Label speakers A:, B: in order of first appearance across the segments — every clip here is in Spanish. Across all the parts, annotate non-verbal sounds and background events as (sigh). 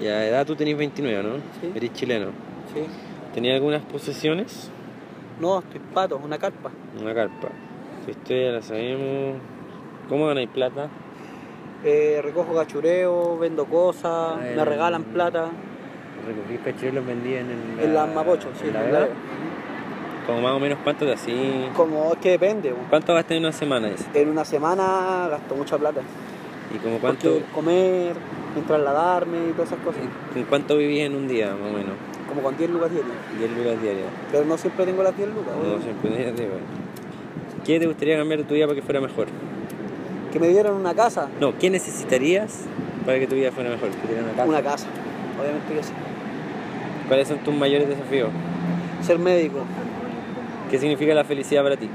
A: Y a edad tú tenías 29, ¿no?
B: Sí.
A: Eres chileno.
B: Sí.
A: ¿Tenías algunas posesiones?
B: No, estoy pato, una carpa.
A: Una carpa. Tu historia la sabemos. ¿Cómo ganáis plata?
B: Eh, recojo gachureo, vendo cosas,
C: Ah,
B: me
C: el-
B: regalan plata.
C: Recogí pecheros y los vendí en el.
B: En las Mapocho, sí,
C: en la
B: claro.
C: Vega.
A: Como más o menos cuánto te así.
B: Como es que depende. weón.
A: ¿Cuánto gastas en una semana? dice?
B: En una semana gasto mucha plata.
A: ¿Y como cuánto,
B: Porque comer, en trasladarme y todas esas cosas.
A: con cuánto vivís en un día, más o menos?
B: Como con 10 lucas diarias.
A: 10 lucas diarias.
B: Pero no siempre tengo las 10 lucas.
A: No,
B: weón.
A: siempre diez, diez, bueno. ¿Qué te gustaría cambiar de tu vida para que fuera mejor?
B: Que me dieran una casa.
A: No, ¿qué necesitarías para que tu vida fuera mejor? Que tuviera una casa.
B: Una casa. Obviamente que sí.
A: ¿Cuáles son tus mayores desafíos?
B: Ser médico.
A: ¿Qué significa la felicidad para ti?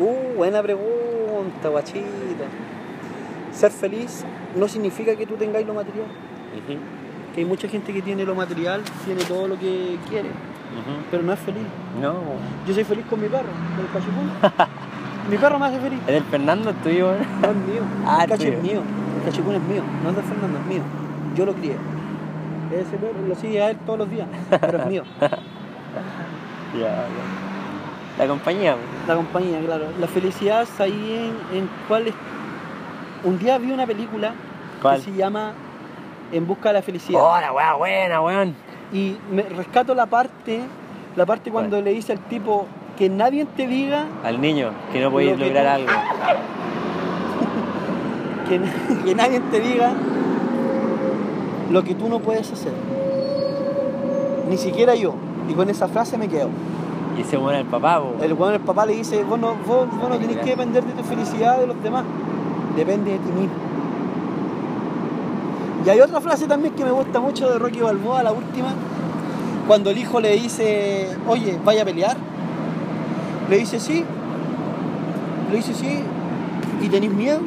B: Uh, buena pregunta, guachita. Ser feliz no significa que tú tengáis lo material.
A: Ujú,
B: Que hay mucha gente que tiene lo material, tiene todo lo que quiere,
A: ujú.
B: pero no es feliz.
C: No,
B: Yo soy feliz con mi perro, con
C: (laughs)
B: el cachipún. mi perro me hace feliz.
C: ¿Era el Fernando el tuyo, güey?
B: No es mío.
C: Ah,
B: el cacho
C: tuyo.
B: es mío. El cachipún es mío. No es de Fernando, es mío. Yo lo crié. Ese perro lo sigue a él todos los días, pero
C: (laughs)
B: es mío.
C: Ya, ya. La compañía, güey.
B: La compañía, claro. La felicidad está ahí en, en cuál es. Un día vi una película
C: ¿Cuál?
B: que se llama En busca de la felicidad.
C: Oh, la weá buena, weón.
B: Y me rescato la parte, la parte cuando le dice al tipo que nadie te diga
C: Al niño, que no
B: Lo
C: podéis
B: que
C: lograr
B: tú-
C: algo.
B: que, (laughs) na- que nadie te diga lo que tú no puedes hacer. Ni siquiera yo. Y con esa frase me quedo.
C: Y ese weón al papá, weón.
B: El bueno, el papá le dice, vos no, vos, vos no tenés que depender de tu felicidad de los demás. Depende de ti mismo. Y hay otra frase también que me gusta mucho de Rocky Balboa, la última, cuando el hijo le dice, oye, vaya a pelear. Le dice sí. Le dice sí. ¿Y tenés miedo?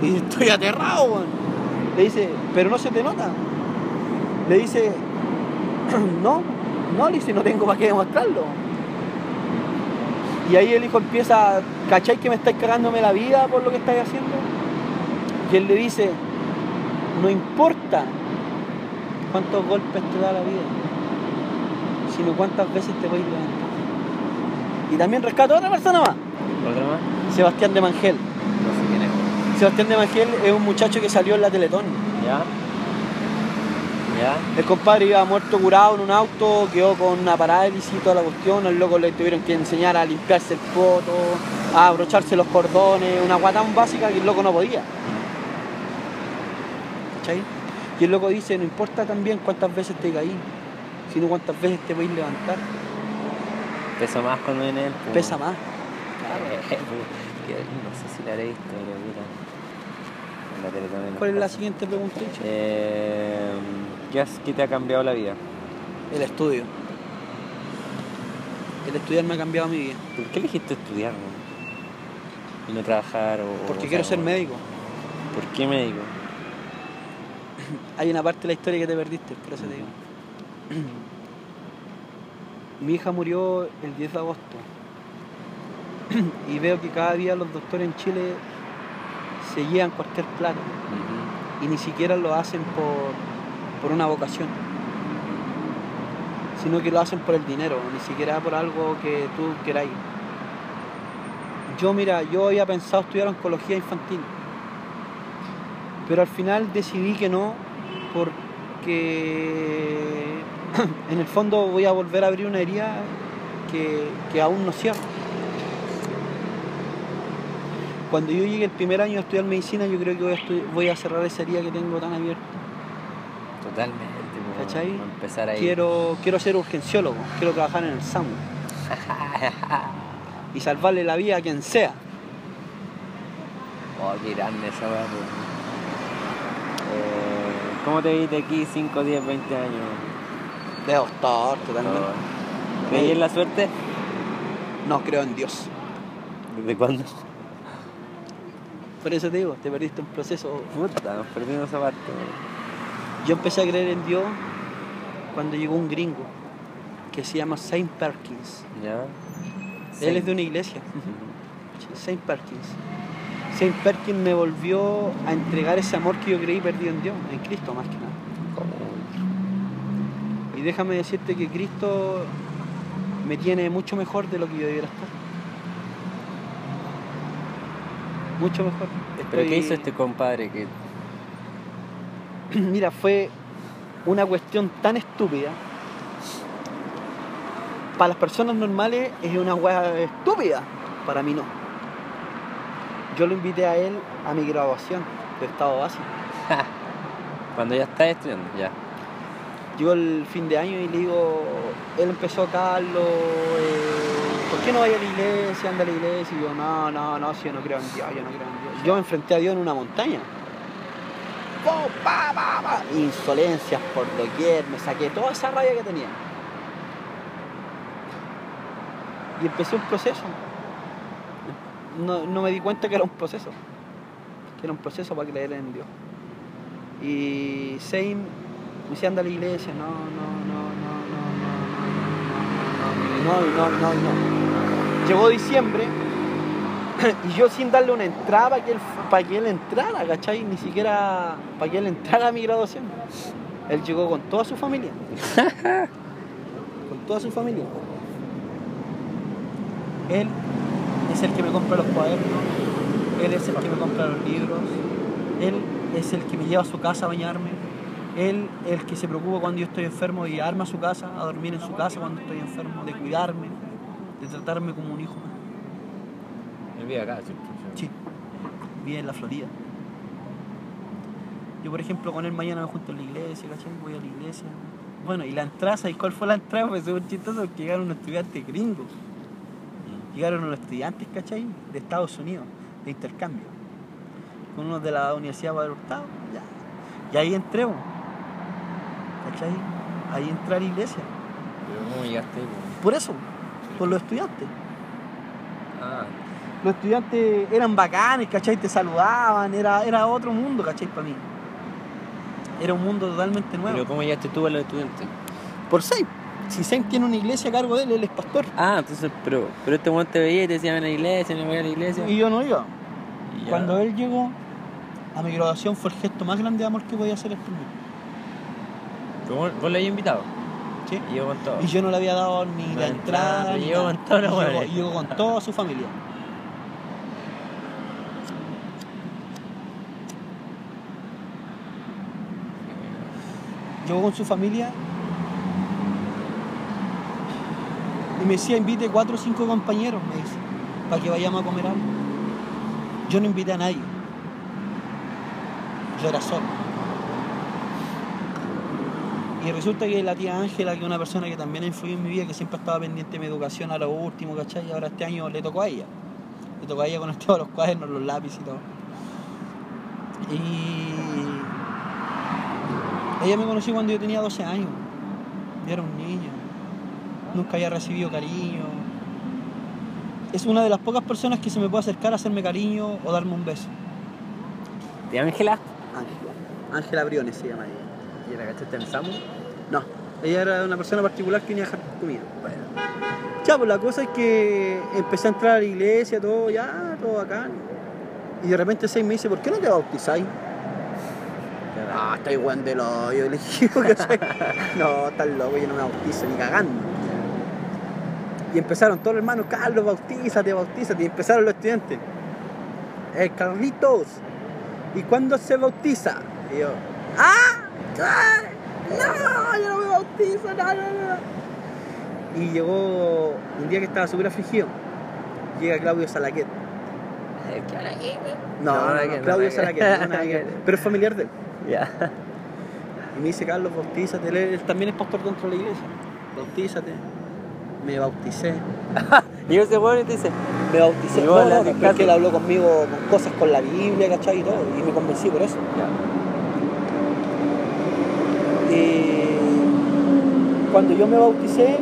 B: Y dice, estoy aterrado, weón. Le dice, pero no se te nota. Le dice, (clears throat) no, no, le dice, no tengo para qué demostrarlo. Y ahí el hijo empieza, ¿cachai que me estáis cagándome la vida por lo que estáis haciendo? Y él le dice, no importa cuántos golpes te da la vida, sino cuántas veces te voy a levantar. Y también rescato a otra persona más,
C: ¿Otra más?
B: Sebastián de Mangel.
C: No sé quién es.
B: Sebastián de Mangel es un muchacho que salió en la Teletón.
C: ¿Ya? ¿Ya?
B: El compadre iba muerto curado en un auto, quedó con una parálisis y toda la cuestión. Los locos le tuvieron que enseñar a limpiarse el poto, a abrocharse los cordones, una guatán básica que el loco no podía. ¿Cachai? Y el loco dice, no importa también cuántas veces te caí, sino cuántas veces te voy a levantar.
C: Pesa más cuando viene él. po.
B: Pesa más.
C: (laughs) Eh, eh, po. Que- No sé si la habré visto, pero mira. En la tele también nos
B: ¿Cuál es la
C: pasa.
B: siguiente pregunta? Che?
C: Eh,
A: ¿Qué, has- qué te ha cambiado la vida?
B: El estudio. El estudiar me ha cambiado mi vida.
C: ¿Por qué elegiste estudiar, weón? Y no trabajar o. o
B: Porque
C: sea,
B: quiero ser
C: weón,
B: médico.
C: ¿Por qué médico?
B: Hay una parte de la historia que te perdiste, por eso te digo. Mi hija murió el 10 de agosto. (clears throat) Y veo que cada día los doctores en Chile se llevan cualquier plato y ni siquiera lo hacen por, por una vocación, sino que lo hacen por el dinero, ni siquiera por algo que tú queráis. Yo, mira, yo había pensado estudiar oncología infantil, pero al final decidí que no, porque (clears throat) en el fondo voy a volver a abrir una herida que, que aún no cierro. Cuando yo llegue el primer año a estudiar medicina, yo creo que voy a, estu- voy a cerrar esa herida que tengo tan abierta.
C: Totalmente, po.
B: ¿Cachai?
C: Vamos a Empezar ahí.
B: Quiero, quiero ser urgenciólogo, quiero trabajar en el SAMU. (laughs) y salvarle la vida a quien sea.
C: Oh, qué grande esa weá, po. Eh, ¿Cómo te viste aquí 5, 10, 20 años?
B: De doctor, totalmente.
C: ¿Creí en la suerte?
B: No creo en Dios.
C: ¿Desde cuándo? (laughs)
B: Por eso te digo, te perdiste un proceso.
C: Puta, nos perdimos esa parte. weón.
B: Yo empecé a creer en Dios cuando llegó un gringo que se llama Saint Perkins.
C: ¿Ya?
B: Él
C: Sí.
B: es de una iglesia,
C: Ujú.
B: Saint Perkins. Saint Perkins me volvió a entregar ese amor que yo creí perdido en Dios, en Cristo más que nada. Y déjame decirte que Cristo me tiene mucho mejor de lo que yo debiera estar. Mucho mejor.
C: ¿Pero qué
B: Estoy-
C: hizo
B: (clears throat)
C: este compadre que
B: Mira, fue una cuestión tan estúpida. Para las personas normales es una hueá estúpida. Para mí no. Yo lo invité a él a mi graduación de estado básico.
C: cuando ya está estudiando, ya.
B: Llegó el fin de año y le digo, él empezó, Carlos, eh, ¿por qué no vaya a la iglesia? Anda a la iglesia. Y yo, no, no, no, si yo no creo en Dios, yo no creo en Dios. Yo me enfrenté a Dios en una montaña. ¡Pum, pa, pa, pa! Insolencias por doquier, me saqué toda esa rabia que tenía. Y empecé un proceso. No, no me di cuenta que era un proceso. Que era un proceso para creer en Dios. Y Sein me decía, anda a la iglesia, no, no, no, no, no, no, no, no, no, no, no, no, no. Llegó diciembre y yo sin darle una entrada para que él, para que él entrara, ¿cachai? Ni siquiera para que él entrara a mi graduación. Él llegó con toda su familia. con toda su familia. Él es el que me compra los cuadernos, él es el que me compra los libros, él es el que me lleva a su casa a bañarme, él es el que se preocupa cuando yo estoy enfermo y arma su casa, a dormir en su casa cuando estoy enfermo, de cuidarme, de tratarme como un hijo más.
C: Él vive acá, sí. pues,
B: Sí, vive en la Florida. Yo, por ejemplo, con él mañana me junto en la iglesia, ¿cachai? Voy a la iglesia. Bueno, y la entrada, ¿sabes cuál fue la entrada? Fue súper chistoso porque llegaron unos estudiantes gringos.
C: Mm.
B: Llegaron unos estudiantes, ¿cachai? De Estados Unidos, de intercambio. Con unos de la Universidad de Hurtado, ya. Y ahí entré, bo. ¿cachai? Ahí entré a la iglesia.
C: Pero ¿cómo llegaste ahí? po?
B: Por eso, por los estudiantes.
C: Ah,
B: los estudiantes eran bacanes, ¿cachai? Te saludaban, era, era otro mundo, ¿cachai? Para mí. Era un mundo totalmente
C: pero
B: nuevo.
C: ¿cómo llegaste tú a los estudiantes?
B: Por Sein. Si Sein tiene una iglesia a cargo de él, él es pastor.
C: Ah, entonces, pero, pero este momento te veía y te decía, ven a la iglesia, no voy a la iglesia.
B: Y yo no iba.
C: Y ya.
B: Cuando él llegó a mi graduación fue el gesto más grande de amor que podía hacer este el primero.
C: Pero vos, vos lo habías invitado.
B: ¿Sí?
C: Y yo con todo.
B: Y yo no le había dado ni
C: No,
B: la entrada.
C: entrada,
B: ni
C: llegó
B: nada.
C: con todos los
B: Y llegó-
C: hueones.
B: y llegó con toda su familia. Llegó con su familia y me decía, invite cuatro o cinco compañeros, me dice, para que vayamos a comer algo. Yo no invité a nadie. Yo era solo. Y resulta que la tía Ángela, que es una persona que también ha influido en mi vida, que siempre estaba pendiente de mi educación a lo último, ¿cachai? Y ahora este año le tocó a ella. Le tocó a ella con el (laughs) tema de los cuadernos, los lápices y todo. Y ella me conoció cuando yo tenía 12 años. Yo era un niño. Nunca había recibido cariño. Es una de las pocas personas que se me puede acercar a hacerme cariño o darme un beso.
C: ¿De Ángela?
B: Ángela. Ángela Briones se llama ella.
C: ¿Y la cachaste este en el Samu?
B: No, ella era una persona particular que venía a dejar comida. Ya, pues la cosa es que empecé a entrar a la iglesia, todo ya, todo bacán. Y de repente seis me dice, ¿por qué no te bautizáis? Ah, estoy buen del hoyo, le dije, ¿cachai? (laughs) No, estás loco, yo no me bautizo ni cagando. Y empezaron todos los hermanos, Carlos, bautízate, bautízate. Y empezaron los estudiantes. Eh, Carlitos, ¿y cuándo se bautiza? Y yo, ¡ah! ¡Ah! ¡No! Yo no me bautizo, no, no, no. Y llegó un día que estaba súper afligido. Llega Claudio Salaquet.
C: Ah,
B: No,
C: No,
B: no,
C: nada
B: no,
C: que ver, nada
B: Claudio
C: que
B: Salaquet,
C: ver.
B: no, nada
C: (laughs)
B: que ver. pero es familiar de él.
C: Ya. (laughs)
B: Y me dice, Carlos, bautízate. Él, él también es pastor dentro de la iglesia. Bautízate. Me bauticé.
C: Y ese hueón y te dice,
B: Me bauticé.
C: Y
B: No,
C: vos
B: no,
C: hablaste
B: pero
C: casi.
B: es que él habló conmigo con cosas con la Biblia, ¿cachai? Y todo. Y me convencí por eso.
C: ya.
B: Y cuando yo me bauticé,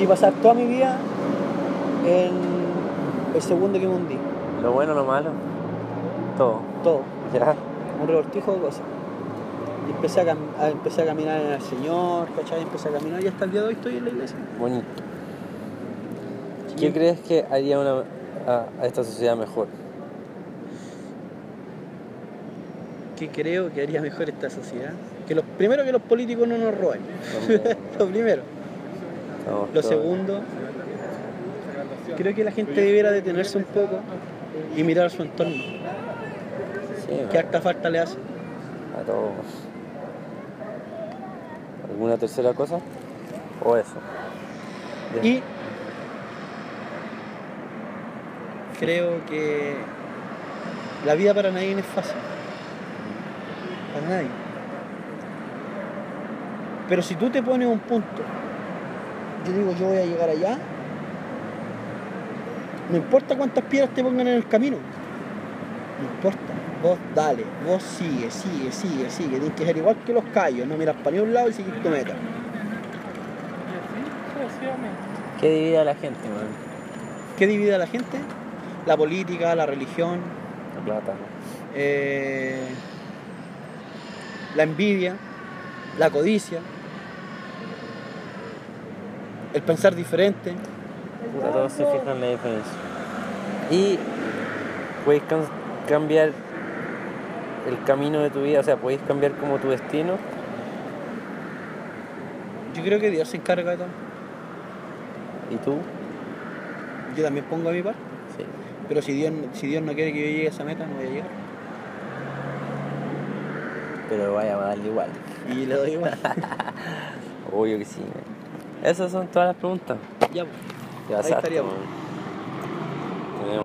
B: y pasar toda mi vida en el segundo que me hundí.
C: Lo bueno, lo malo. Todo.
B: Todo.
C: Ya.
B: un revoltijo de cosas. Y empecé a, cam- a- empecé a caminar en el Señor, ¿cachai? Empecé a caminar y hasta el día de hoy estoy en la iglesia.
C: Bonito. (laughs) ¿Qué crees que haría una, a, a esta sociedad mejor?
B: que creo que haría mejor esta sociedad. Que los, primero que los políticos no nos roben. (laughs)
C: También.
B: lo primero.
C: Estamos
B: Lo
C: todos-
B: segundo, creo que la gente debiera detenerse un poco y mirar su entorno.
C: Sí,
B: ¿Qué harta falta le hace?
C: a todos. ¿Alguna tercera cosa? ¿O eso? Ya.
B: Y creo que la vida para nadie es fácil. Para nadie. Pero si tú te pones un punto, yo digo, yo voy a llegar allá, no importa cuántas piedras te pongan en el camino, no importa. Vos dale, vos sigue, sigue, sigue, sigue. Tienes que ser igual que los callos, no miras para ningún lado y seguir tu meta.
C: ¿Qué divide a la gente, man?
B: ¿Qué divide a la gente? La política, la religión,
C: La plata, ¿no?
B: eh, la envidia, la codicia, el pensar diferente.
C: Puta, todos se fijan en la diferencia. Y puedes cam- cambiar el camino de tu vida, o sea, podéis cambiar como tu destino.
B: Yo creo que Dios se encarga de todo.
C: ¿Y tú?
B: Yo también pongo a mi parte,
C: Sí.
B: pero si Dios, si Dios no quiere que yo llegue a esa meta, no voy a llegar.
C: Pero vaya, va a darle igual.
B: Y le doy igual.
C: Obvio que sí, man. Esas son todas las preguntas.
B: ya, pues.
C: Ya
B: Ahí
C: harto,
B: estaríamos.
C: man. Eh,